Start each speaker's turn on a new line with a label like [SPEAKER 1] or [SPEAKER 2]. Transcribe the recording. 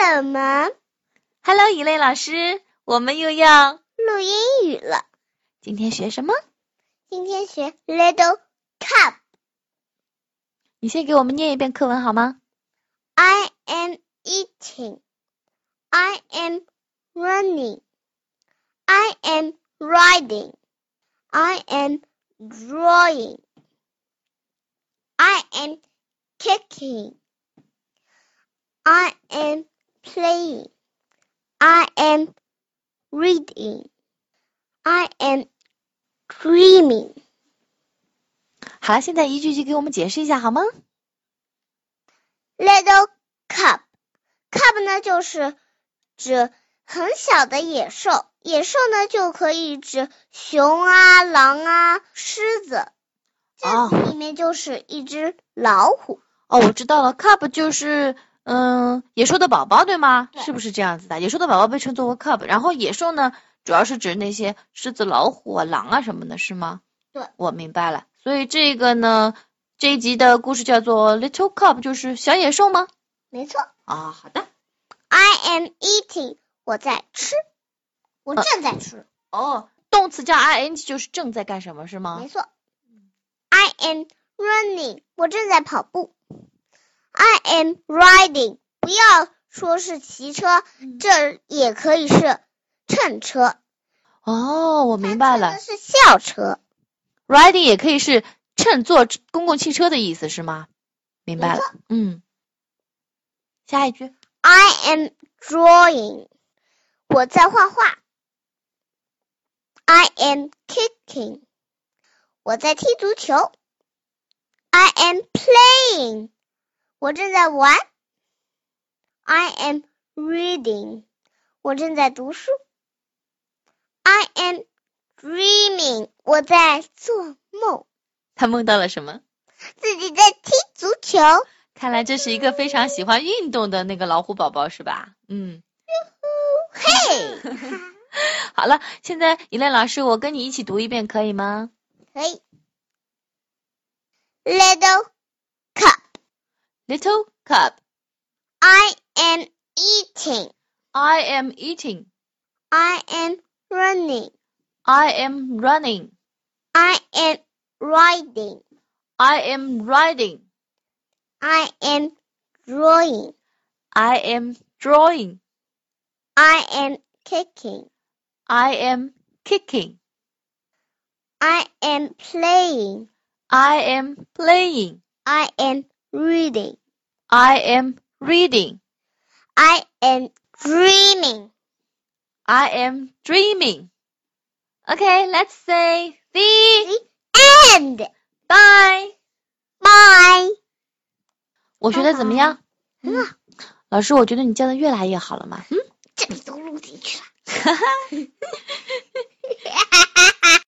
[SPEAKER 1] 什么？
[SPEAKER 2] Hello，以类老师，我们又要
[SPEAKER 1] 录英语了。
[SPEAKER 2] 今天学什么？
[SPEAKER 1] 今天学 little cup。
[SPEAKER 2] 你先给我们念一遍课文好吗
[SPEAKER 1] I am eating. I am running. I am riding. I am drawing. I am kicking. I am playing. I am reading. I am dreaming.
[SPEAKER 2] 好了，现在一句句给我们解释一下好吗？
[SPEAKER 1] Little cub. Cub 呢，就是指很小的野兽。野兽呢，就可以指熊啊、狼啊、狮子。
[SPEAKER 2] 哦
[SPEAKER 1] 这里面就是一只老虎。
[SPEAKER 2] 哦，我知道了，cub 就是嗯野兽的宝宝对吗？
[SPEAKER 1] 对
[SPEAKER 2] 是不是这样子的？野兽的宝宝被称作为 cub，然后野兽呢，主要是指那些狮子、老虎啊、狼啊什么的，是吗？
[SPEAKER 1] 对，
[SPEAKER 2] 我明白了。所以这个呢，这一集的故事叫做 Little Cub，就是小野兽吗？
[SPEAKER 1] 没错
[SPEAKER 2] 啊，好的。
[SPEAKER 1] ，I am eating，我在吃，我正在吃。
[SPEAKER 2] 哦，动词加 ing 就是正在干什么是吗
[SPEAKER 1] 没？错，I am running，我正在跑步。I am riding，不要说是骑车，
[SPEAKER 2] 嗯
[SPEAKER 1] 这也可以是乘车。
[SPEAKER 2] 哦，我明白了
[SPEAKER 1] 这是校车，
[SPEAKER 2] ，riding 也可以是乘坐公共汽车的意思是吗？明白
[SPEAKER 1] 没
[SPEAKER 2] 了，嗯。下一句
[SPEAKER 1] I am drawing，我在画画。I am kicking，我在踢足球。I am playing，我正在玩。I am reading，我正在读书。I am dreaming，我在做梦，
[SPEAKER 2] 他梦到了什么？
[SPEAKER 1] 自己在踢足球。
[SPEAKER 2] 看来这是一个非常喜欢运动的那个老虎宝宝是吧？嗯，
[SPEAKER 1] 嘿，
[SPEAKER 2] 好了，现在一类老师，我跟你一起读一遍可以吗
[SPEAKER 1] 可以。Little cup,
[SPEAKER 2] ？Little cub,
[SPEAKER 1] I am eating.
[SPEAKER 2] I am eating,
[SPEAKER 1] I am running.
[SPEAKER 2] I am running,
[SPEAKER 1] I am riding.
[SPEAKER 2] I am riding,
[SPEAKER 1] I am drawing.
[SPEAKER 2] I am drawing,
[SPEAKER 1] I am kicking.
[SPEAKER 2] I am kicking.
[SPEAKER 1] I am playing.
[SPEAKER 2] I am playing.
[SPEAKER 1] I am reading.
[SPEAKER 2] I am reading.
[SPEAKER 1] I am dreaming.
[SPEAKER 2] I am dreaming. Okay, let's say the
[SPEAKER 1] And
[SPEAKER 2] bye.
[SPEAKER 1] bye.
[SPEAKER 2] 我学的怎么样？
[SPEAKER 1] 很好，
[SPEAKER 2] 老师，我觉得你教的越来越好了嘛。嗯，
[SPEAKER 1] 这里都录进去了。